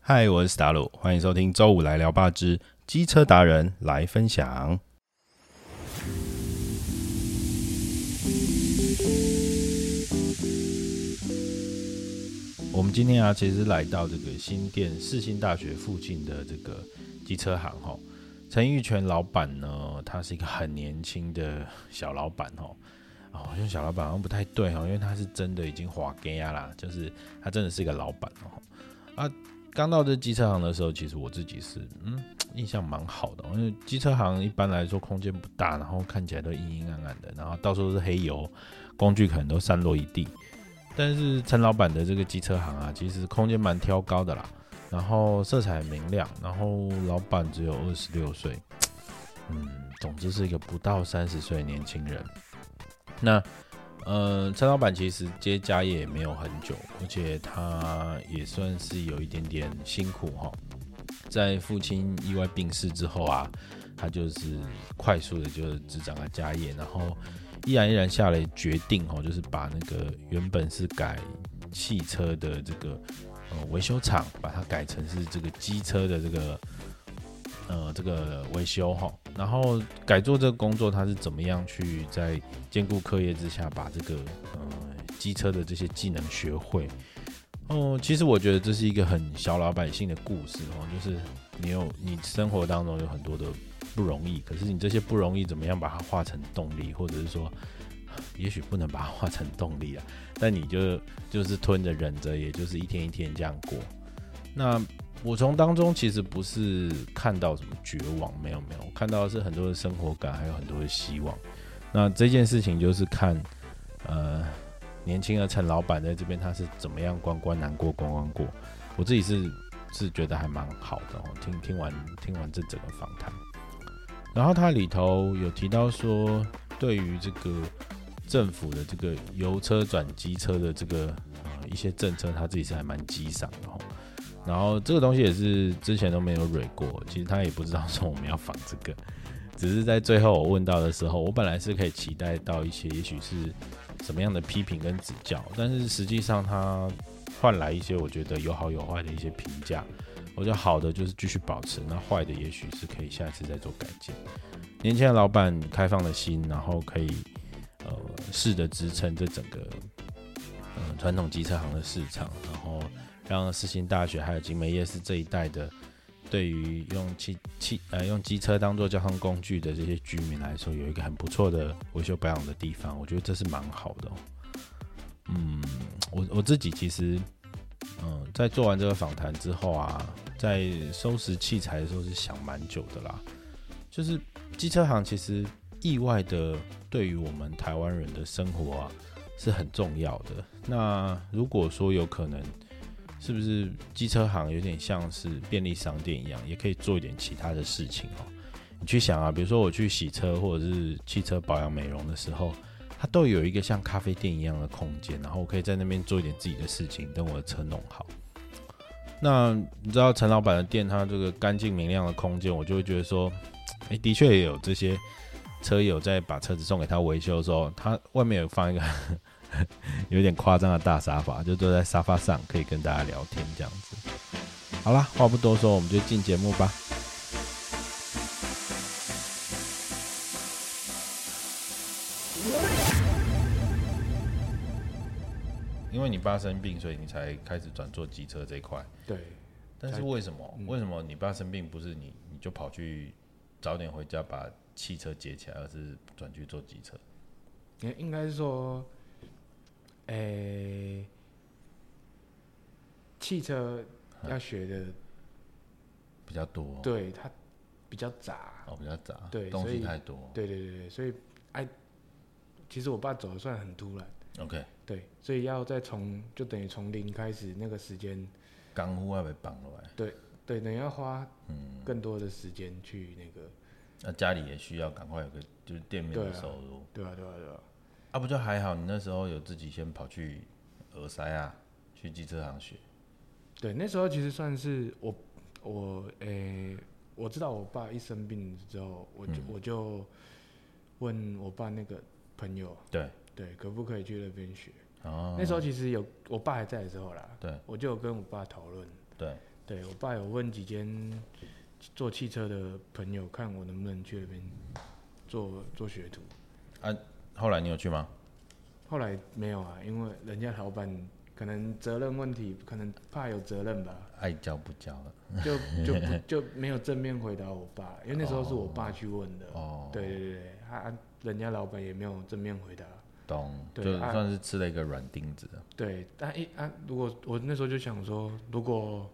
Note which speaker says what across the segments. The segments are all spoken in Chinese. Speaker 1: 嗨，我是达鲁，欢迎收听周五来聊吧之机车达人来分享。我们今天啊，其实来到这个新店世新大学附近的这个机车行哈、陈玉泉老板呢，他是一个很年轻的小老板哈、哦，好像小老板好像不太对哦，因为他是真的已经滑给啊啦，就是他真的是一个老板哦。刚到这机车行的时候，其实我自己是嗯印象蛮好的哦，因为机车行一般来说空间不大，然后看起来都阴阴暗暗的，然后到处都是黑油，工具可能都散落一地。但是陈老板的这个机车行啊，其实空间蛮挑高的啦，然后色彩明亮，然后老板只有二十六岁，嗯，总之是一个不到三十岁的年轻人。那呃，陈老板其实接家业也没有很久，而且他也算是有一点点辛苦哈。在父亲意外病逝之后啊，他就是快速的就是执掌了家业，然后毅然毅然下了决定哦，就是把那个原本是改汽车的这个呃维修厂，把它改成是这个机车的这个呃这个维修哈。然后改做这个工作，他是怎么样去在兼顾课业之下，把这个呃机车的这些技能学会。哦、其实我觉得这是一个很小老百姓的故事哦，就是你有你生活当中有很多的不容易，可是你这些不容易怎么样把它化成动力，或者是说，也许不能把它化成动力啊，但你就就是吞着忍着，也就是一天一天这样过。那我从当中其实不是看到什么绝望，没有没有，我看到的是很多的生活感，还有很多的希望。那这件事情就是看，呃，年轻的陈老板在这边他是怎么样关关难过关关过。我自己是是觉得还蛮好的哦，听听完听完这整个访谈，然后他里头有提到说，对于这个政府的这个油车转机车的这个呃一些政策，他自己是还蛮激赏的哦。然后这个东西也是之前都没有蕊过，其实他也不知道说我们要仿这个，只是在最后我问到的时候，我本来是可以期待到一些也许是什么样的批评跟指教，但是实际上他换来一些我觉得有好有坏的一些评价。我觉得好的就是继续保持，那坏的也许是可以下一次再做改进。年轻的老板开放的心，然后可以呃试着支撑这整个呃传统机车行的市场，然后让世新大学还有景美夜市这一带的，对于用汽汽呃用机车当做交通工具的这些居民来说，有一个很不错的维修保养的地方，我觉得这是蛮好的、哦。嗯，我我自己其实，嗯，在做完这个访谈之后啊，在收拾器材的时候是想蛮久的啦。就是机车行其实意外的对于我们台湾人的生活啊是很重要的。那如果说有可能是不是机车行有点像是便利商店一样，也可以做一点其他的事情哦。你去想啊，比如说我去洗车或者是汽车保养美容的时候，它都有一个像咖啡店一样的空间，然后我可以在那边做一点自己的事情，等我的车弄好。那你知道陈老板的店，它这个干净明亮的空间，我就会觉得说，哎、的确也有这些车友在把车子送给他维修的时候，他外面有放一个有点夸张的大沙发，就坐在沙发上可以跟大家聊天这样子。好啦，话不多说，我们就进节目吧。因为你爸生病，所以你才开始转做机车这一块。
Speaker 2: 对，
Speaker 1: 但是为什么？为什么你爸生病不是你你就跑去早点回家把汽车接起来，而是转去做机车？
Speaker 2: 也应该是说，诶、汽车要学的，
Speaker 1: 比较多，
Speaker 2: 对它比较杂，
Speaker 1: 哦，比较杂，
Speaker 2: 对
Speaker 1: 东
Speaker 2: 所
Speaker 1: 西
Speaker 2: 以
Speaker 1: 太多。
Speaker 2: 对对对对，所以哎，其实我爸走的算很突然，
Speaker 1: OK，
Speaker 2: 对，所以要再从就等于从零开始那个时间，
Speaker 1: 刚户外被绑了来，
Speaker 2: 对，等于要花更多的时间去那个，
Speaker 1: 那家里也需要赶快有个就是店面的
Speaker 2: 对啊
Speaker 1: 收入。
Speaker 2: 对啊对啊对啊，
Speaker 1: 啊，不就还好？你那时候有自己先跑去耳塞啊，去机车行学。
Speaker 2: 对，那时候其实算是我我诶、我知道我爸一生病之后，我就、
Speaker 1: 嗯
Speaker 2: 我就问我爸那个朋友，
Speaker 1: 对，
Speaker 2: 对，可不可以去那边学？
Speaker 1: 哦，
Speaker 2: 那时候其实有我爸还在的时候啦，
Speaker 1: 对
Speaker 2: 我就有跟我爸讨论，
Speaker 1: 对，
Speaker 2: 对我爸有问几间做汽车的朋友，看我能不能去那边做做学徒。
Speaker 1: 后来你有去吗？
Speaker 2: 后来没有啊，因为人家老板可能责任问题，可能怕有责任吧，
Speaker 1: 爱教不教了。
Speaker 2: 就就不就没有正面回答我爸，因为那时候是我爸去问的。
Speaker 1: 哦，
Speaker 2: 对对对对，他人家老板也没有正面回答。
Speaker 1: 懂，
Speaker 2: 对
Speaker 1: 就
Speaker 2: 啊
Speaker 1: 算是吃了一个软钉子。
Speaker 2: 对，但一啊，如果我那时候就想说，如果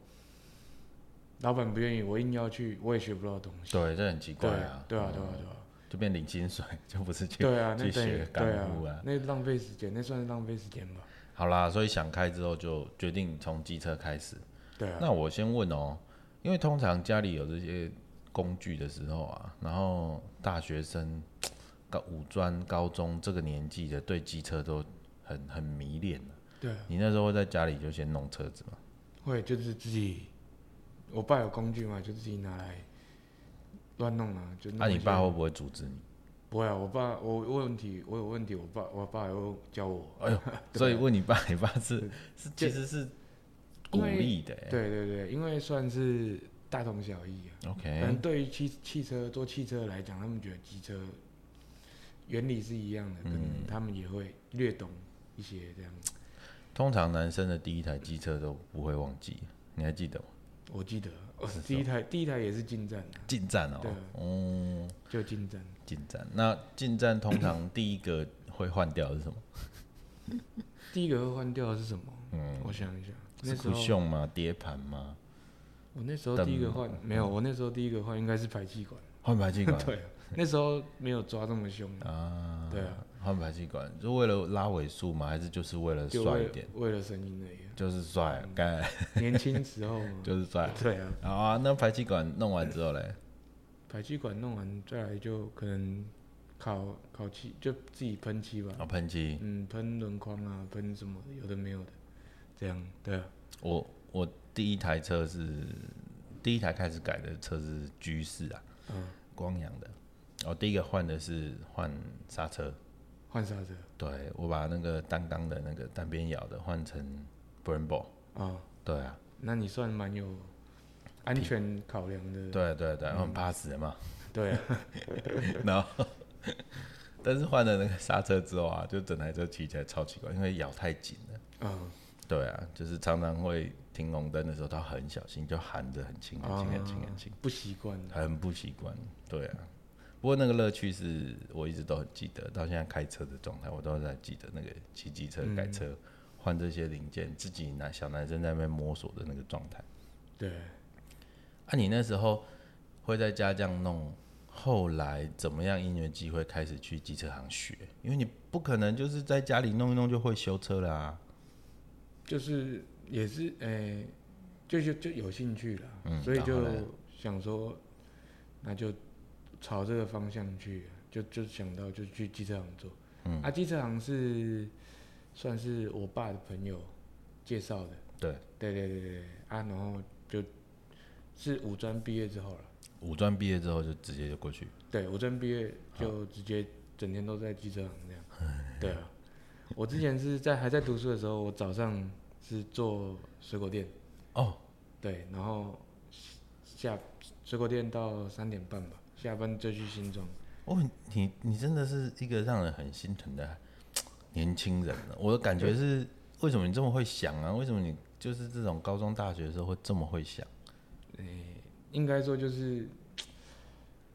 Speaker 2: 老板不愿意，我硬要去，我也学不到东西。
Speaker 1: 对，这很奇怪
Speaker 2: 对
Speaker 1: 啊。
Speaker 2: 对啊，对
Speaker 1: 嗯
Speaker 2: 啊，对啊，
Speaker 1: 就变领薪水， 就不是去。
Speaker 2: 对啊，那
Speaker 1: 去
Speaker 2: 等于
Speaker 1: 学
Speaker 2: 对
Speaker 1: 干物
Speaker 2: 啊
Speaker 1: 啊，
Speaker 2: 那浪费时间，那算是浪费时间吧？
Speaker 1: 好啦，所以想开之后就决定从机车开始。
Speaker 2: 对啊，
Speaker 1: 那我先问哦，因为通常家里有这些工具的时候啊，然后大学生、高五专、高中这个年纪的对机车都很很迷恋啊
Speaker 2: 对啊，
Speaker 1: 你那时候会在家里就先弄车子嘛？
Speaker 2: 会就是自己，我爸有工具嘛，就自己拿来乱弄啊，就弄
Speaker 1: 那、你
Speaker 2: 一些
Speaker 1: 爸会不会阻止你？
Speaker 2: 不会啊，我爸我我有问题，我有问题，我爸我爸也会教我。
Speaker 1: 所以问你爸，你爸是是
Speaker 2: 就
Speaker 1: 其实是鼓励的、欸。
Speaker 2: 对对对，因为算是大同小异啊。可能
Speaker 1: ，OK，
Speaker 2: 对于汽汽车做汽车来讲，他们觉得机车原理是一样的，可
Speaker 1: 嗯
Speaker 2: 能他们也会略懂一些这样子。
Speaker 1: 通常男生的第一台机车都不会忘记，你还记得吗？
Speaker 2: 我记得哦第一台第一台也是进站的、
Speaker 1: 进站哦
Speaker 2: 对，
Speaker 1: 嗯，
Speaker 2: 就进站。
Speaker 1: 进站。那进站通常第一个会换掉的是什么？
Speaker 2: 第一个会换掉的是什么？
Speaker 1: 嗯，
Speaker 2: 我想一想，
Speaker 1: 是
Speaker 2: 那时
Speaker 1: 酷
Speaker 2: 候
Speaker 1: 炫吗？碟盘吗？
Speaker 2: 我那时候
Speaker 1: 灯
Speaker 2: 第一个换没有，我那时候第一个换应该是排气管。
Speaker 1: 换排 气管
Speaker 2: 对啊，那时候没有抓这么凶啊。
Speaker 1: 啊？
Speaker 2: 对啊，
Speaker 1: 换排气管就为了拉尾数吗？还是就是为了
Speaker 2: 就
Speaker 1: 帅
Speaker 2: 为
Speaker 1: 一点？
Speaker 2: 为了声音而已啊。
Speaker 1: 就是帅，干，
Speaker 2: 年轻时候嘛
Speaker 1: 就是帅。
Speaker 2: 对啊，
Speaker 1: 好啊，那排气管弄完之后嘞，
Speaker 2: 排气管弄完再来就可能烤烤漆，就自己喷漆吧。
Speaker 1: 啊，喷漆。
Speaker 2: 嗯，喷轮框啊，喷什么的有的没有的，这样对啊。
Speaker 1: 我我第一台车是第一台开始改的车是 G 四啊，
Speaker 2: 嗯，
Speaker 1: 光阳的。我第一个换的是换刹车，
Speaker 2: 换刹车
Speaker 1: 对我把那个单缸的那个单边摇的换成 Brembo。
Speaker 2: 啊，
Speaker 1: 对啊，
Speaker 2: 那你算蛮有安全考量的。
Speaker 1: 对啊对
Speaker 2: 嗯
Speaker 1: 对，我很怕死的嘛。
Speaker 2: 对啊，
Speaker 1: 然后，但是换了那个刹车之后啊，就整台车骑起来超奇怪，因为咬太紧了。
Speaker 2: 嗯，
Speaker 1: 对啊，就是常常会停红灯的时候，他很小心，就含着很轻很轻很轻很轻，
Speaker 2: 啊哦不习惯的。
Speaker 1: 很不习惯。对啊，不过那个乐趣是我一直都很记得，到现在开车的状态，我都在记得那个骑机车、改车、换这些零件，自己男小男生在那边摸索的那个状态。
Speaker 2: 对，
Speaker 1: 啊，你那时候会在家这样弄，后来怎么样？因缘机会开始去机车行学，因为你不可能就是在家里弄一弄就会修车啊啦、
Speaker 2: 就是也是诶、就就就有兴趣了，
Speaker 1: 嗯
Speaker 2: 所以
Speaker 1: 然
Speaker 2: 就
Speaker 1: 后嘞
Speaker 2: 想说，那就朝这个方向去，啊就就想到就去机车行做。
Speaker 1: 嗯
Speaker 2: 啊，机车行是算是我爸的朋友介绍的，
Speaker 1: 对，
Speaker 2: 对对对对对啊，然后就是五专毕业之后了，
Speaker 1: 五专毕业之后就直接就过去，
Speaker 2: 对，五专毕业就直接整天都在机车行这样，
Speaker 1: 哎
Speaker 2: 对啊。我之前是在还在读书的时候，我早上是做水果店。
Speaker 1: 哦，
Speaker 2: 对，然后下水果店到三点半吧，下班就去新庄。
Speaker 1: 哦，你你真的是一个让人很心疼的年轻人了。我的感觉是，为什么你这么会想啊？为什么你就是这种高中、大学的时候会这么会想？
Speaker 2: 应该说就是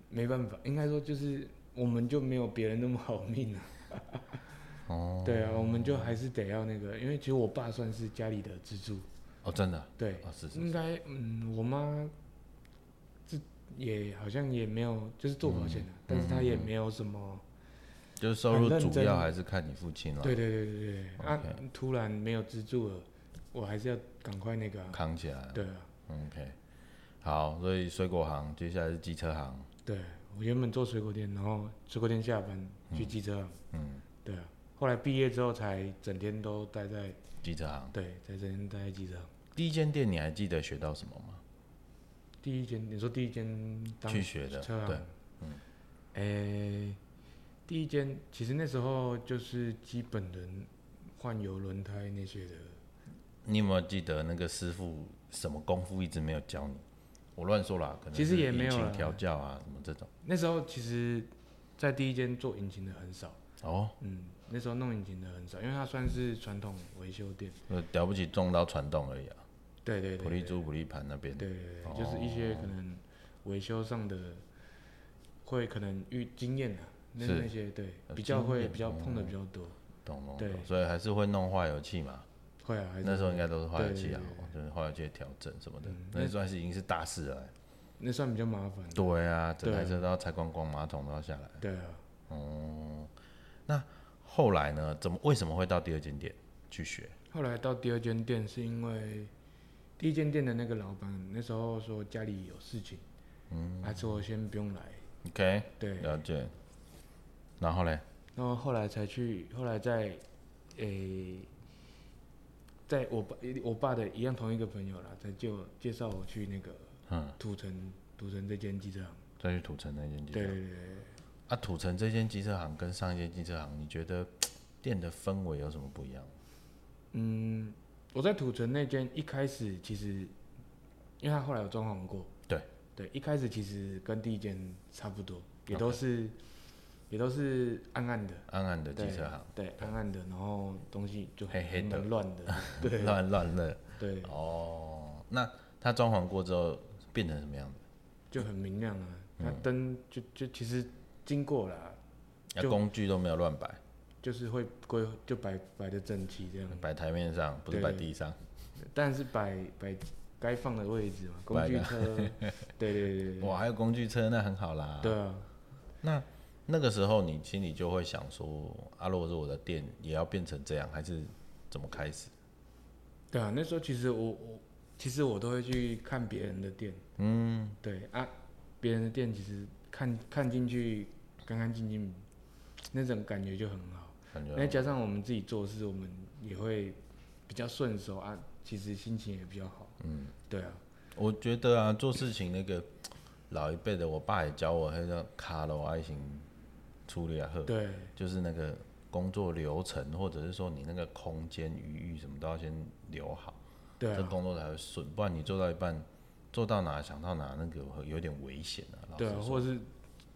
Speaker 2: 没办法，应该说就是我们就没有别人那么好命啊。
Speaker 1: 哦，
Speaker 2: 对啊，我们就还是得要那个，因为其实我爸算是家里的支柱。
Speaker 1: 哦，真的，
Speaker 2: 对，
Speaker 1: 哦，是是，
Speaker 2: 应该嗯，我妈这也好像也没有，就是做
Speaker 1: 嗯
Speaker 2: 保险的、但是她也没有什么。
Speaker 1: 就是收
Speaker 2: 很
Speaker 1: 入
Speaker 2: 认
Speaker 1: 主
Speaker 2: 真
Speaker 1: 要还是看你父亲了，
Speaker 2: 对对对对对，啊
Speaker 1: OK，
Speaker 2: 突然没有支柱了，我还是要赶快那个、啊。
Speaker 1: 扛起来啊。
Speaker 2: 对啊。
Speaker 1: OK，好，所以水果行，接下来是机车行，
Speaker 2: 对，我原本做水果店，然后水果店下班去机车行，
Speaker 1: 嗯，
Speaker 2: 对啊。后来毕业之后才整天都待在，
Speaker 1: 机车行。
Speaker 2: 对，才整天待在机车行。
Speaker 1: 第一间店你还记得学到什么吗？
Speaker 2: 第一间，你说第一间当
Speaker 1: 去学的，
Speaker 2: 车行，
Speaker 1: 对，嗯
Speaker 2: 诶、第一间其实那时候就是基本的换油轮胎那些的，
Speaker 1: 你有没有记得那个师傅什么功夫一直没有教你？我乱说啦，可能
Speaker 2: 其实
Speaker 1: 是
Speaker 2: 也没
Speaker 1: 引
Speaker 2: 有
Speaker 1: 擎
Speaker 2: 啦
Speaker 1: 调教啊，什么这种。
Speaker 2: 那时候其实，在第一间做引擎的很少，
Speaker 1: 哦，
Speaker 2: 嗯，那时候弄引擎的很少，因为它算是传统维修店。
Speaker 1: 呃了不起撞到传动而已啊，
Speaker 2: 对对对，
Speaker 1: 普利珠普利盘那边。哦
Speaker 2: 对对对，就是一些可能维修上的会可能遇经验啊，那
Speaker 1: 是
Speaker 2: 那些对
Speaker 1: 有
Speaker 2: 比较
Speaker 1: 经
Speaker 2: 会
Speaker 1: 验哦
Speaker 2: 比较碰的比较多，
Speaker 1: 懂懂
Speaker 2: 对
Speaker 1: 懂，所以还是会弄化油器嘛。
Speaker 2: 会啊，还是
Speaker 1: 那时候应
Speaker 2: 会
Speaker 1: 该都是化油器啊
Speaker 2: 对对，
Speaker 1: 就是化油器的调整什么的
Speaker 2: 嗯，
Speaker 1: 那
Speaker 2: 那
Speaker 1: 算是已经是大事了欸。
Speaker 2: 那算比较麻烦，
Speaker 1: 对啊，整台
Speaker 2: 对啊
Speaker 1: 车都要拆光光，马桶都要下来。
Speaker 2: 对啊，
Speaker 1: 哦，那后来呢？怎么为什么会到第二间店去学？
Speaker 2: 后来到第二间店是因为第一间店的那个老板那时候说家里有事情，
Speaker 1: 嗯
Speaker 2: 还说先不用来，
Speaker 1: ，OK，
Speaker 2: 对，
Speaker 1: 了解。然后嘞，
Speaker 2: 然后后来才去，后来在，诶、在我爸我爸的一样同一个朋友啦，他就介绍我去那个
Speaker 1: 嗯，
Speaker 2: 土城土城这间机车行。
Speaker 1: 再去土城那间机车
Speaker 2: 对
Speaker 1: 行。
Speaker 2: 对对对，
Speaker 1: 啊，土城这间机车行跟上一间机车行，你觉得店的氛围有什么不一样？
Speaker 2: 嗯，我在土城那间一开始其实，因为他后来有装潢过，
Speaker 1: 对
Speaker 2: 对，一开始其实跟第一间差不多，也都是也都是暗暗的，
Speaker 1: 暗暗的机
Speaker 2: 对
Speaker 1: 车行，
Speaker 2: 对，暗暗的，然后东西就
Speaker 1: 黑黑的
Speaker 2: 蛮乱 的，对
Speaker 1: 乱乱的。
Speaker 2: 对，
Speaker 1: 哦，那它装潢过之后变成什么样子？
Speaker 2: 就很明亮啊，
Speaker 1: 嗯
Speaker 2: 它灯就就其实经过啦，
Speaker 1: 那
Speaker 2: 就
Speaker 1: 啊工具都没有乱摆，
Speaker 2: 就是会规就摆摆的整齐这样，
Speaker 1: 摆台面上，不是
Speaker 2: 对
Speaker 1: 摆
Speaker 2: 对
Speaker 1: 地上。
Speaker 2: 但是摆摆该放的位置嘛，工
Speaker 1: 摆
Speaker 2: 具
Speaker 1: 的
Speaker 2: 车，对对对对对，
Speaker 1: 哇，还有工具车，那很好啦。
Speaker 2: 对啊，
Speaker 1: 那那个时候你心里就会想说，啊，如果是我的店也要变成这样，还是怎么开始？
Speaker 2: 对啊，那时候其实我我其实我都会去看别人的店，
Speaker 1: 嗯，
Speaker 2: 对啊，别人的店其实看看进去干干净净，那种感觉就很好。
Speaker 1: 感觉
Speaker 2: 那加上我们自己做事，我们也会比较顺手啊，其实心情也比较好。
Speaker 1: 嗯，
Speaker 2: 对啊，
Speaker 1: 我觉得啊，做事情那个老一辈的，我爸也教我，那个卡罗爱情处理啊，呵
Speaker 2: 对
Speaker 1: 就是那个工作流程，或者是说你那个空间余裕什么都要先留好，
Speaker 2: 对
Speaker 1: 这
Speaker 2: 啊，
Speaker 1: 工作才会顺，不然你做到一半。做到哪想到哪，那个会有点危险啊。老
Speaker 2: 对
Speaker 1: 实
Speaker 2: 啊，
Speaker 1: 说
Speaker 2: 或者是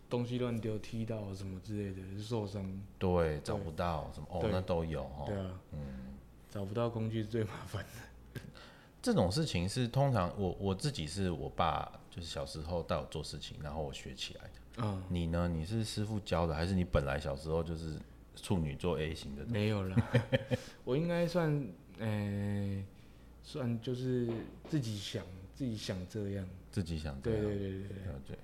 Speaker 2: 东西乱丢、踢到什么之类的，受伤。
Speaker 1: 对，找不到什么哦，
Speaker 2: 对
Speaker 1: 那都有哦。
Speaker 2: 对啊，嗯，找不到工具是最麻烦的。
Speaker 1: 这种事情是通常我我自己是我爸就是小时候带我做事情，然后我学起来的。
Speaker 2: 嗯，
Speaker 1: 你呢？你是师傅教的，还是你本来小时候就是处女座 A 型的？
Speaker 2: 没有啦， 我应该算，呃、算就是自己想，自己想这样。
Speaker 1: 自己想这
Speaker 2: 对
Speaker 1: 样
Speaker 2: 对对对对，
Speaker 1: 了解。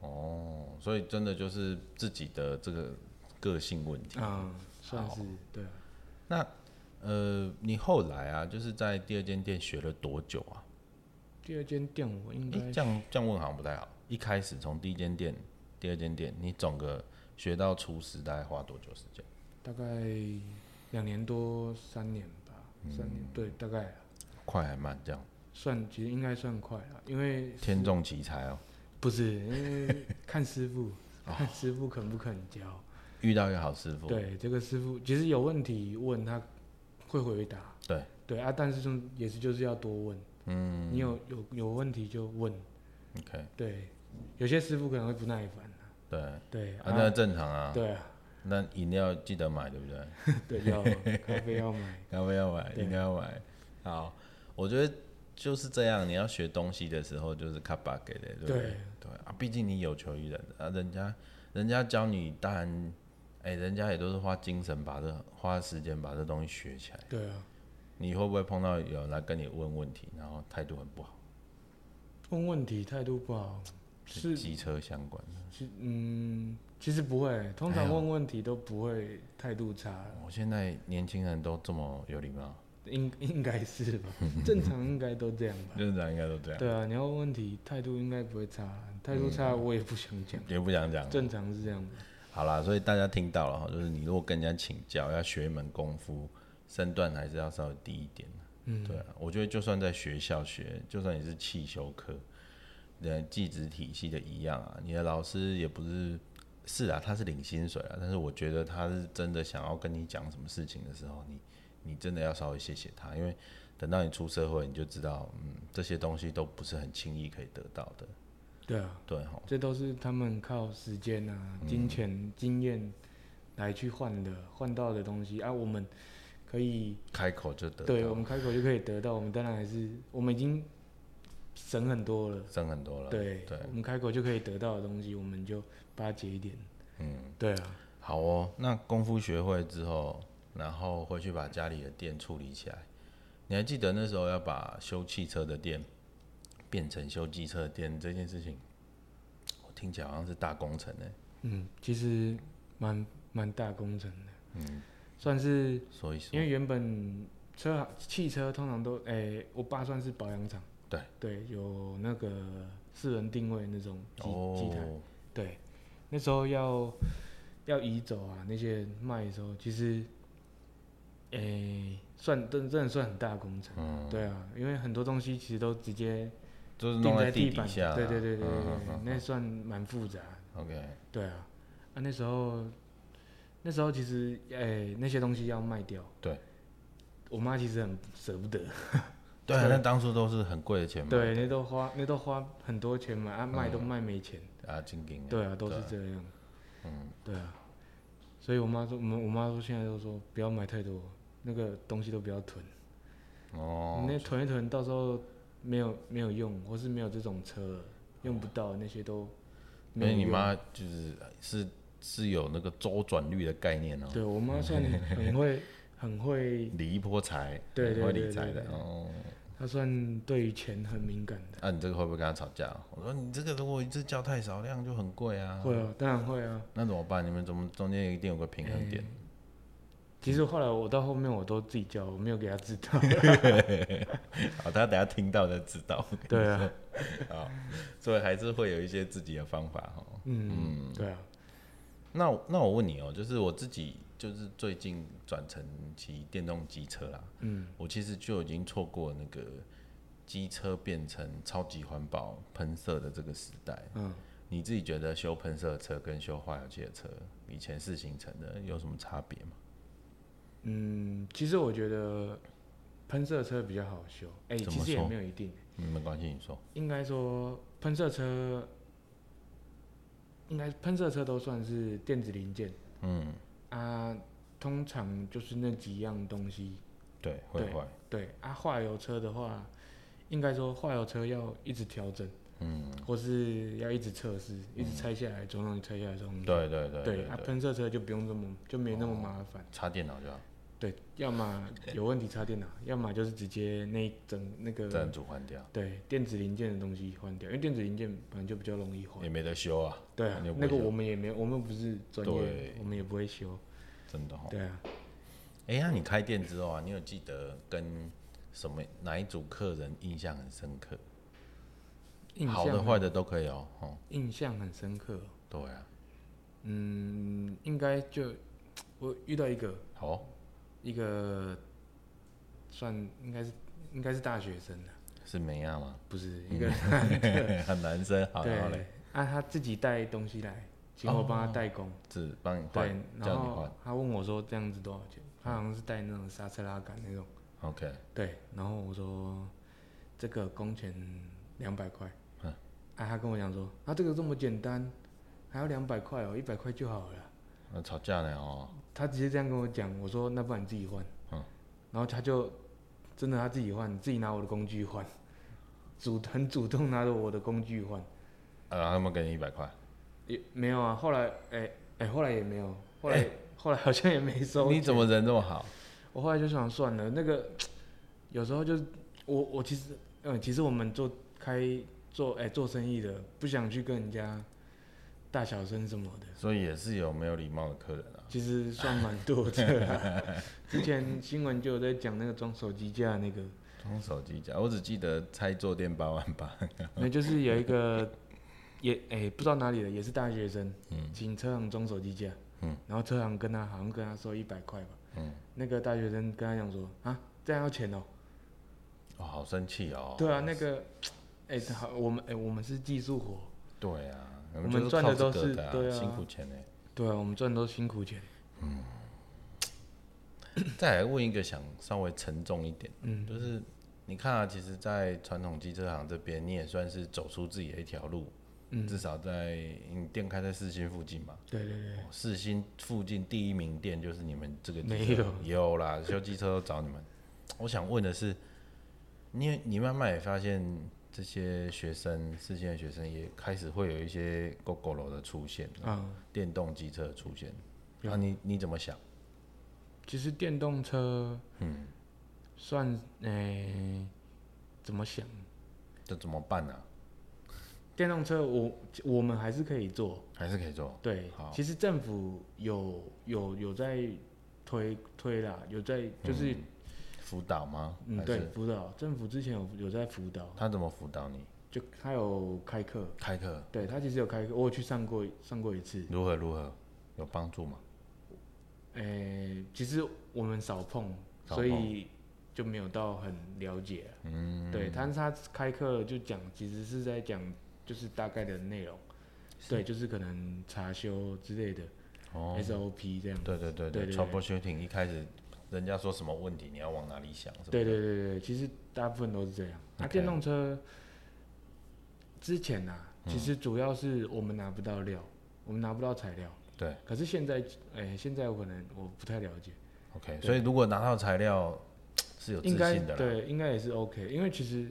Speaker 1: 哦，所以真的就是自己的这个个性问题。
Speaker 2: 嗯，算
Speaker 1: 好
Speaker 2: 是对啊。
Speaker 1: 那呃，你后来啊，就是在第二间店学了多久啊？
Speaker 2: 第二间店我应
Speaker 1: 诶，
Speaker 2: 该
Speaker 1: 这样这样问好像不太好。一开始从第一间店、第二间店，你总个学到厨师大概花多久时间？
Speaker 2: 大概两年多三年吧，
Speaker 1: 嗯
Speaker 2: 三年对，大概啊
Speaker 1: 快还慢这样？
Speaker 2: 算其实应该算快了，因为
Speaker 1: 天纵奇才哦，
Speaker 2: 不是因为看师傅，看师傅肯不肯教。
Speaker 1: 遇到一个好师傅，
Speaker 2: 对，这个师傅其实有问题问他会回答。
Speaker 1: 对
Speaker 2: 对啊，但是就也是就是要多问，
Speaker 1: 嗯
Speaker 2: 你有有有问题就问。
Speaker 1: ，OK，
Speaker 2: 对，有些师傅可能会不耐烦啊。
Speaker 1: 对，啊，
Speaker 2: 对
Speaker 1: 那
Speaker 2: 啊，
Speaker 1: 正常啊，
Speaker 2: 对啊，
Speaker 1: 那饮料记得买，对不对？
Speaker 2: 对，要咖啡要买。
Speaker 1: 咖啡要买，
Speaker 2: 对
Speaker 1: 饮料要买，好，我觉得就是这样，你要学东西的时候就是卡巴给的，对不对？
Speaker 2: 对
Speaker 1: 对啊，毕竟你有求于人啊，人家人家教你，当然，哎、人家也都是花精神把这花时间把这东西学起来，
Speaker 2: 对啊，
Speaker 1: 你会不会碰到有人来跟你问问题，然后态度很不好，
Speaker 2: 问问题态度不好是
Speaker 1: 机车相关的？
Speaker 2: 其嗯，其实不会，通
Speaker 1: 哎
Speaker 2: 常
Speaker 1: 呦
Speaker 2: 问问题都不会态度差，
Speaker 1: 我现在年轻人都这么有礼貌。
Speaker 2: 应应该是 吧，正常应该都这样吧。
Speaker 1: 正常应该都这样，
Speaker 2: 对啊，你要问问题态度应该不会差，态
Speaker 1: 嗯
Speaker 2: 度差我也不想讲，
Speaker 1: 也不想讲。
Speaker 2: 正常是这样的。
Speaker 1: 好啦，所以大家听到了哈，就是你如果跟人家请教，要学一门功夫，身段还是要稍微低一点。
Speaker 2: 嗯，
Speaker 1: 对啊，我觉得就算在学校学，就算你是汽修科，呃，技职体系的一样啊，你的老师也不是。是啊，他是领薪水啊，但是我觉得他是真的想要跟你讲什么事情的时候，你你真的要稍微谢谢他，因为等到你出社会，你就知道，嗯，这些东西都不是很轻易可以得到的，
Speaker 2: 对啊，
Speaker 1: 对哈。
Speaker 2: 这都是他们靠时间啊、金钱、经验来去换的，换到的东西啊。我们可以，
Speaker 1: 开口就得
Speaker 2: 对
Speaker 1: 到
Speaker 2: 我们开口就可以得到，我们当然还是我们已经省很多了。
Speaker 1: 省很多了。，
Speaker 2: 对，
Speaker 1: 对
Speaker 2: 我们开口就可以得到的东西，我们就巴结一点。
Speaker 1: 嗯，
Speaker 2: 对啊，
Speaker 1: 好哦。那功夫学会之后，然后回去把家里的店处理起来。你还记得那时候要把修汽车的店变成修机车的店这件事情，我听起来好像是大工程呢、欸
Speaker 2: 嗯，其实蛮蛮大工程的，
Speaker 1: 嗯，
Speaker 2: 算是
Speaker 1: 所以说
Speaker 2: 因为原本车行汽车通常都，诶、我爸算是保养厂，
Speaker 1: 对
Speaker 2: 对，有那个四人定位那种机机、台，
Speaker 1: 哦，
Speaker 2: 对，那时候要要移走啊那些卖的时候，其实，诶、算真真的算很大的工程，
Speaker 1: 嗯，
Speaker 2: 对啊，因为很多东西其实都直接
Speaker 1: 就是
Speaker 2: 钉
Speaker 1: 弄在
Speaker 2: 地
Speaker 1: 底
Speaker 2: 板，
Speaker 1: 下啦。
Speaker 2: 对对对对对
Speaker 1: 嗯
Speaker 2: 对，那算蛮复杂的
Speaker 1: OK，
Speaker 2: 对啊，啊那时候，那时候其实哎、那些东西要卖掉，
Speaker 1: 对，
Speaker 2: 我妈其实很舍不得，
Speaker 1: 对啊，
Speaker 2: 对
Speaker 1: 那当初都是很贵的钱嘛。
Speaker 2: 对，那都花那都花很多钱买，啊卖都卖没钱，
Speaker 1: 啊，金金啊。
Speaker 2: 对啊，都
Speaker 1: 嗯
Speaker 2: 是
Speaker 1: 对
Speaker 2: 这样，
Speaker 1: 嗯，
Speaker 2: 对啊，所以我妈说，我们我妈说现在都说不要买太多，那个东西都不要囤，
Speaker 1: 哦
Speaker 2: 你，那囤一囤到时候没有没有用，或是没有这种车了用不到那些都没
Speaker 1: 所
Speaker 2: 有
Speaker 1: 以
Speaker 2: 用。
Speaker 1: 你妈就是是是有那个周转率的概念哦，
Speaker 2: 对我妈 算很会很会。
Speaker 1: 理一波财，
Speaker 2: 对对
Speaker 1: 会
Speaker 2: 对
Speaker 1: 理财
Speaker 2: 对
Speaker 1: 的
Speaker 2: 对
Speaker 1: 哦。
Speaker 2: 他算对于钱很敏感的，
Speaker 1: 那、你这个会不会跟他吵架？我说你这个如果一次叫太少量就很贵啊。
Speaker 2: 会啊，当然会啊。
Speaker 1: 那怎么办？你们怎么中间一定有个平衡点？
Speaker 2: 其实后来我到后面我都自己教，我没有给他知 道。哎
Speaker 1: 好，他等下听到才知道。
Speaker 2: 对啊，
Speaker 1: 所以还是会有一些自己的方法哦哈。
Speaker 2: 嗯，对啊，
Speaker 1: 那我那我问你哦、就是我自己就是最近转成骑电动机车啦，
Speaker 2: 嗯，
Speaker 1: 我其实就已经错过那个机车变成超级环保喷射的这个时代。
Speaker 2: 嗯，
Speaker 1: 你自己觉得修喷射车跟修化油器的车，以前是形成的有什么差别吗？
Speaker 2: 嗯，其实我觉得喷射车比较好修，哎、
Speaker 1: 怎么
Speaker 2: 其实也
Speaker 1: 说
Speaker 2: 没有一定，
Speaker 1: 嗯，没关系，你说。
Speaker 2: 应该说喷射车，应该喷射车都算是电子零件
Speaker 1: 嗯，
Speaker 2: 啊，通常就是那几样东西。
Speaker 1: 对，会
Speaker 2: 对
Speaker 1: 坏。
Speaker 2: 对啊，化油车的话，应该说化油车要一直调整。
Speaker 1: 嗯，
Speaker 2: 或是要一直测试，一直拆下来，总东西拆下来，总东西。
Speaker 1: 对对嗯对
Speaker 2: 对，
Speaker 1: 对
Speaker 2: 啊，
Speaker 1: 对，哦
Speaker 2: 喷射车就不用这么，就没那么麻烦。
Speaker 1: 插电脑就好，
Speaker 2: 对，要么有问题插电脑，要么就是直接那一整那
Speaker 1: 整
Speaker 2: 个
Speaker 1: 组换掉
Speaker 2: 对电子零件的东西换掉，因为电子零件本来就比较容易坏
Speaker 1: 也。没得修啊，
Speaker 2: 对啊
Speaker 1: 你又，不
Speaker 2: 那
Speaker 1: 会
Speaker 2: 个
Speaker 1: 修
Speaker 2: 我们也没有，我们不是专业
Speaker 1: 对，哦
Speaker 2: 我们也不会修。
Speaker 1: 真的哈。
Speaker 2: 对啊，
Speaker 1: 哎、那你开店之后啊，你有记得跟什么哪一组客人印象很深刻？
Speaker 2: 印
Speaker 1: 好的坏
Speaker 2: 象
Speaker 1: 的都可以哦。哦，
Speaker 2: 印象很深刻哦。
Speaker 1: 对啊，
Speaker 2: 嗯，应该就我遇到一个
Speaker 1: 好哦、
Speaker 2: 一个算应该是应该是大学生的。
Speaker 1: 是梅亚 吗？
Speaker 2: 不是一个
Speaker 1: 很男生，好然后嘞，
Speaker 2: 对，啊，他自己带东西来，请我帮他代工，
Speaker 1: 只帮你
Speaker 2: 对
Speaker 1: 哦换，，
Speaker 2: 然
Speaker 1: 叫你
Speaker 2: 后
Speaker 1: 换
Speaker 2: 他问我说这样子多少钱，他好像是带那种刹车拉杆那种，
Speaker 1: ，OK，
Speaker 2: 对，然后我说这个工钱两百块，
Speaker 1: 嗯
Speaker 2: 啊，他跟我讲说，啊，这个这么简单，还要两百块哦，一百块就好了啦，
Speaker 1: 那吵架呢哦，
Speaker 2: 他直接这样跟我讲，我说那不然你自己换，
Speaker 1: 嗯
Speaker 2: 然后他就真的他自己换，自己拿我的工具换，主很主动拿着我的工具换。
Speaker 1: 呃，他们给你一百块，
Speaker 2: 也没有啊，后来哎哎、后来也没有，后来、后来好像也没收。
Speaker 1: 你怎么人这么好？
Speaker 2: 我后来就想算了，那个有时候就是我我其实嗯，其实我们做开做哎、做生意的，不想去跟人家大小声什么的，
Speaker 1: 所以也是有没有礼貌的客人啊。
Speaker 2: 其实算蛮多的啊、之前新闻就有在讲那个装手机架的那个，
Speaker 1: 装手机夹，我只记得拆坐垫八万八，
Speaker 2: 那就是有一个也哎、不知道哪里的，也是大学生，
Speaker 1: 嗯
Speaker 2: 请车行装手机架，
Speaker 1: 嗯
Speaker 2: 然后车行跟他好像跟他收一百块吧，
Speaker 1: 嗯，
Speaker 2: 那个大学生跟他讲说啊，这样要钱哦、
Speaker 1: 哦，好生气哦。
Speaker 2: 对啊，那个，哎、好，我们哎、我们是技术活，
Speaker 1: 对啊，
Speaker 2: 我们
Speaker 1: 就是
Speaker 2: 赚的
Speaker 1: 靠
Speaker 2: 都
Speaker 1: 这个
Speaker 2: 是
Speaker 1: 的啊
Speaker 2: 对啊
Speaker 1: 辛苦钱呢。
Speaker 2: 对啊，我们赚都辛苦钱，
Speaker 1: 再来问一个想稍微沉重一点，
Speaker 2: 嗯，
Speaker 1: 就是你看啊，其实，在传统机车行这边，你也算是走出自己的一条路，
Speaker 2: 嗯
Speaker 1: 至少在你店开在四星附近嘛。
Speaker 2: 对对对，
Speaker 1: 哦四星附近第一名店就是你们这个机车
Speaker 2: 没有
Speaker 1: 有啦，修机车都找你们。我想问的是，你你慢慢也发现这些学生，四星的学生也开始会有一些 GoGo 楼的出现，
Speaker 2: 啊，
Speaker 1: 电动机车的出现。
Speaker 2: 有
Speaker 1: 啊，你你怎么想？
Speaker 2: 其实电动车
Speaker 1: 嗯，
Speaker 2: 算诶、怎么想？
Speaker 1: 这怎么办啊呢、
Speaker 2: 电动车我我们还是可以做，
Speaker 1: 还是可以做？
Speaker 2: 对
Speaker 1: 好，
Speaker 2: 其实政府有有有在推推啦，有在就是
Speaker 1: 辅导吗？
Speaker 2: 嗯
Speaker 1: 嗯还
Speaker 2: 对
Speaker 1: 是
Speaker 2: 辅导，政府之前有有在辅导，
Speaker 1: 他怎么辅导你？
Speaker 2: 就他有开课，
Speaker 1: 开课
Speaker 2: 对他其实有开课，我有去上过上过一次，
Speaker 1: 如何如何有帮助吗？
Speaker 2: 诶、其实我们少碰，
Speaker 1: 少碰
Speaker 2: 所以就没有到很了解啊、
Speaker 1: 嗯，
Speaker 2: 对，但是他开课就讲，其实是在讲就是大概的内容，对，就是可能查修之类的、
Speaker 1: 哦，
Speaker 2: SOP 这样。
Speaker 1: 对对对
Speaker 2: 对
Speaker 1: 对
Speaker 2: 对对
Speaker 1: ，troubleshooting 一开始人家说什么问题，你要往哪里想？什么
Speaker 2: 对对对对，其实大部分都是这样。那、
Speaker 1: OK
Speaker 2: 电动车之前呐、啊，
Speaker 1: 嗯
Speaker 2: 其实主要是我们拿不到料，我们拿不到材料。
Speaker 1: 对
Speaker 2: 可是现在，哎、现在我可能我不太了解，
Speaker 1: ，OK。
Speaker 2: 对
Speaker 1: 所以如果拿到材料是有自
Speaker 2: 应该
Speaker 1: 信的啦。
Speaker 2: 对，应该也是 OK，因为其实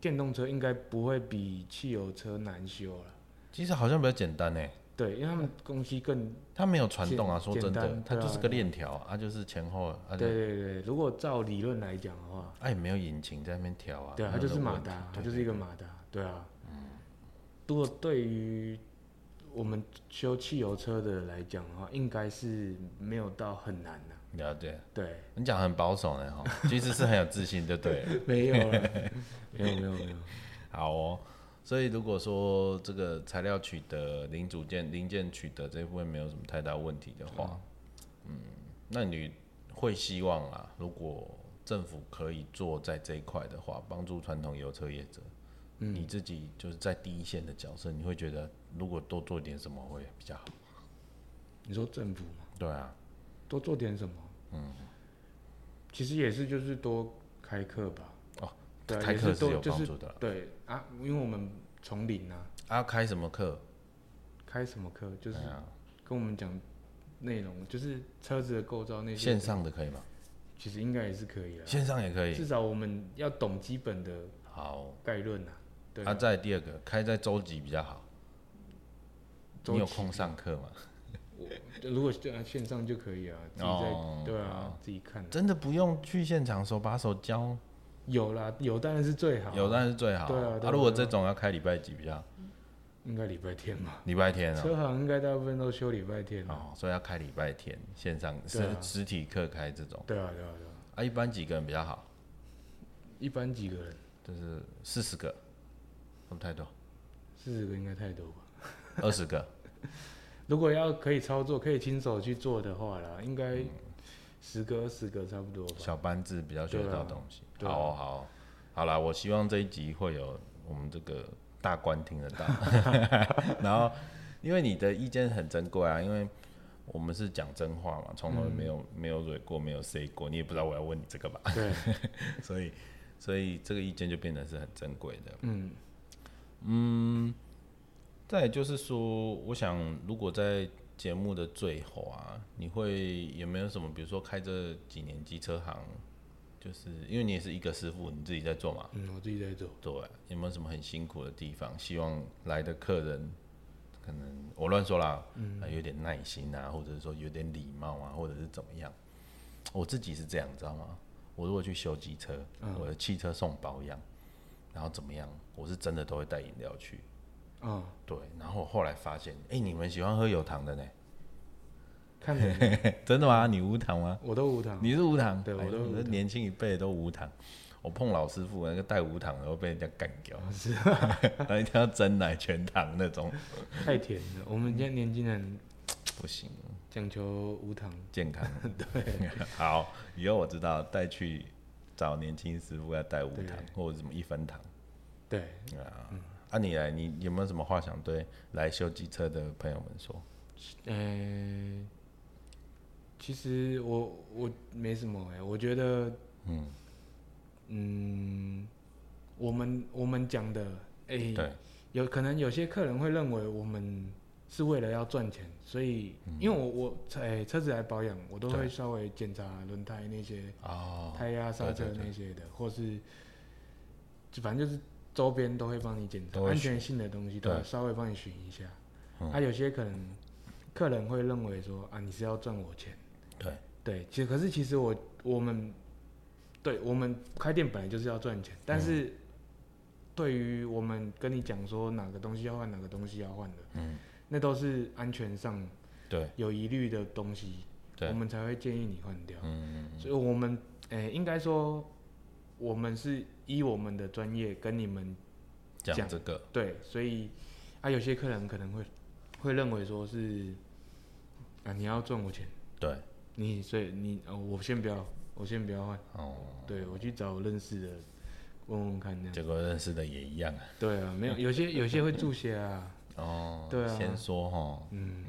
Speaker 2: 电动车应该不会比汽油车难修了。
Speaker 1: 其实好像比较简单呢，
Speaker 2: 对，因为他们东西更
Speaker 1: 它没有传动啊，
Speaker 2: 简
Speaker 1: 说真的
Speaker 2: 简单，
Speaker 1: 它
Speaker 2: 对啊
Speaker 1: 就是个链条啊，就是前后啊，啊
Speaker 2: 对对对，如果照理论来讲的话，
Speaker 1: 啊也没有引擎在那边调啊。
Speaker 2: 对啊，它
Speaker 1: 那
Speaker 2: 就是
Speaker 1: 个
Speaker 2: 马
Speaker 1: 问题
Speaker 2: 达，它
Speaker 1: 对嗯
Speaker 2: 就是一个马达，对啊。如果对于我们修汽油车的来讲的话，应该是没有到很难的、
Speaker 1: 了解。
Speaker 2: 对，
Speaker 1: 你讲很保守呢哈，其实是很有自信，对不 对了？
Speaker 2: 没有了，没有没有没有，
Speaker 1: 好哦，所以如果说这个材料取得、零组件、零件取得这部分没有什么太大问题的话，嗯，那你会希望啊，如果政府可以做在这一块的话，帮助传统油车业者，
Speaker 2: 嗯
Speaker 1: 你自己就是在第一线的角色，你会觉得如果多做点什么会比较好？
Speaker 2: 你说政府嘛，
Speaker 1: 对啊，
Speaker 2: 多做点什么？嗯，其实也是就是多开课吧。
Speaker 1: 哦，
Speaker 2: 对啊，
Speaker 1: 开
Speaker 2: 也
Speaker 1: 课
Speaker 2: 是
Speaker 1: 是
Speaker 2: 多
Speaker 1: 有
Speaker 2: 就
Speaker 1: 帮
Speaker 2: 是
Speaker 1: 助的啦。
Speaker 2: 对啊，因为我们从零啊，
Speaker 1: 啊，开什么课？
Speaker 2: 开什么课就是
Speaker 1: 哎呀
Speaker 2: 跟我们讲内容，就是车子的构造那些啊
Speaker 1: 线上的可以吗？
Speaker 2: 其实应该也是可以啦。
Speaker 1: 线上也可以
Speaker 2: 至。少我们要懂基本的
Speaker 1: 好，
Speaker 2: 概论啊。对
Speaker 1: 啊，再来第二个，开在周几比较好？
Speaker 2: 周啊
Speaker 1: 你有
Speaker 2: 期
Speaker 1: 空上课吗？
Speaker 2: 如果是啊线上就可以啊，自己在、
Speaker 1: 哦
Speaker 2: 对啊，自己看啊。
Speaker 1: 真的不用去现场手把手教，
Speaker 2: 有啦，有当然是最好。
Speaker 1: 有当然是最好。
Speaker 2: 对啊对啊
Speaker 1: 如果这种要开礼拜几比较好？
Speaker 2: 应该礼拜天嘛，
Speaker 1: 礼拜天啊、
Speaker 2: 车行应该大部分都休礼拜天啊。
Speaker 1: 哦，所以要开礼拜天线上实、
Speaker 2: 对啊
Speaker 1: 实体课开这种
Speaker 2: 对啊，对啊，对啊。
Speaker 1: 啊，一般几个人比较好？
Speaker 2: 一般几个人？
Speaker 1: 就是四十个，会不会太多？
Speaker 2: 四十个应该太多吧？
Speaker 1: 二十个，
Speaker 2: 如果要可以操作、可以亲手去做的话啦，应该
Speaker 1: 嗯
Speaker 2: 十个、二十个差不多吧。
Speaker 1: 小班制比较学得到东西。
Speaker 2: 对啊对啊
Speaker 1: 好、哦、好哦，好啦，我希望这一集会有我们这个大官听得 到，然后因为你的意见很珍贵啊，因为我们是讲真话嘛，从头
Speaker 2: 嗯
Speaker 1: 没有、没有蕊过，没有 say 过，你也不知道我要问你这个吧，
Speaker 2: 对，
Speaker 1: 所以所以这个意见就变得是很珍贵的。
Speaker 2: 嗯，
Speaker 1: 再来就是说，我想如果在节目的最后啊，你会有没有什么，比如说开这几年机车行，就是因为你也是一个师傅，你自己在做嘛，
Speaker 2: 嗯，我自己在做。
Speaker 1: 对，啊有没有什么很辛苦的地方？希望来的客人可能我乱说啦，嗯、有点耐心啊，或者是说有点礼貌啊，或者是怎么样？我自己是这样，你知道吗？我如果去修机车，我的汽车送保养，然后怎么样，我是真的都会带饮料去。
Speaker 2: 嗯，
Speaker 1: 对，然后我后来发现，哎、你们喜欢喝有糖的呢？
Speaker 2: 看人，
Speaker 1: 真的吗？你无糖 吗？
Speaker 2: 我都无糖。
Speaker 1: 你是无糖？
Speaker 2: 啊对
Speaker 1: 哎
Speaker 2: 我都
Speaker 1: 呦
Speaker 2: 无
Speaker 1: 这
Speaker 2: 糖
Speaker 1: 年轻一辈都无糖。我碰老师傅那个带无糖的，会被人家干 掉， 是、然后一定要真奶全糖那种，
Speaker 2: 太甜了，我们现在年轻人
Speaker 1: 不行，
Speaker 2: 讲求无糖。
Speaker 1: 健 康。对， 好，以后我知道带去找年轻师傅要带无糖或者什么一分糖
Speaker 2: 对，
Speaker 1: 啊。
Speaker 2: 嗯
Speaker 1: 啊，你来，你有没有什么话想对来修机车的朋友们说？
Speaker 2: 呃，其实我我没什么哎、我觉得，
Speaker 1: 嗯，
Speaker 2: 嗯，我们我们讲的，哎、
Speaker 1: 对，
Speaker 2: 有可能有些客人会认为我们是为了要赚钱，所以、因为我我车、哎车子来保养，我都
Speaker 1: 嗯对
Speaker 2: 会稍微检查轮胎那些、
Speaker 1: 哦，
Speaker 2: 胎压、刹
Speaker 1: 对
Speaker 2: 车
Speaker 1: 对对
Speaker 2: 那些的，或是就反正就是周边都会帮你检查
Speaker 1: 都会
Speaker 2: 安
Speaker 1: 巡
Speaker 2: 全性的东西，都
Speaker 1: 对
Speaker 2: 会稍微帮你巡一下。
Speaker 1: 嗯
Speaker 2: 啊，有些可能客人会认为说啊，你是要赚我钱。
Speaker 1: 对，
Speaker 2: 对，其实可是其实我我们，对我们开店本来就是要赚钱，但
Speaker 1: 嗯
Speaker 2: 是对于我们跟你讲说哪个东西要换，哪个东西要换的，
Speaker 1: 嗯，
Speaker 2: 那都是安全上
Speaker 1: 对，
Speaker 2: 有疑虑的东西，
Speaker 1: 对
Speaker 2: 我们才会建议你换掉。
Speaker 1: 嗯，
Speaker 2: 所以我们诶、应该说我们是依我们的专业跟你们
Speaker 1: 讲
Speaker 2: 讲
Speaker 1: 这个，
Speaker 2: 对，所以啊，有些客人可能会会认为说是啊，你要赚我钱，
Speaker 1: 对，
Speaker 2: 你所以你呃，我先不要，我先不要换，
Speaker 1: 哦，
Speaker 2: 对我去找我认识的问问看这样。
Speaker 1: 结果认识的也一样啊，
Speaker 2: 对啊，没有有些有些会注血啊，
Speaker 1: 哦，
Speaker 2: 对啊
Speaker 1: 先说哈，
Speaker 2: 嗯，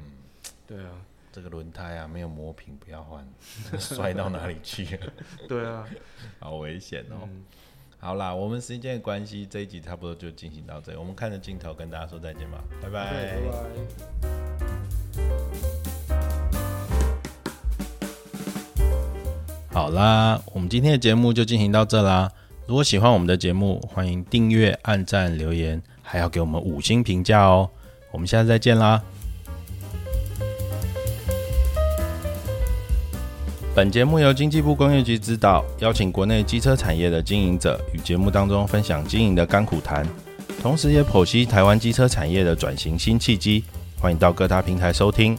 Speaker 2: 对啊，
Speaker 1: 这个轮胎啊没有磨平不要换， 摔到哪里去 啊？
Speaker 2: 对啊，
Speaker 1: 好危险哦。
Speaker 2: 嗯，
Speaker 1: 好啦，我们时间的关系，这一集差不多就进行到这里。我们看着镜头跟大家说再见吧，拜
Speaker 2: 对，
Speaker 1: 拜。
Speaker 2: 拜拜。
Speaker 1: 好啦，我们今天的节目就进行到这啦。如果喜欢我们的节目，欢迎订阅、按赞、留言，还要给我们五星评价哦。我们下次再见啦。本节目由经济部工业局指导，邀请国内机车产业的经营者与节目当中分享经营的甘苦谈，同时也剖析台湾机车产业的转型新契机。欢迎到各大平台收听，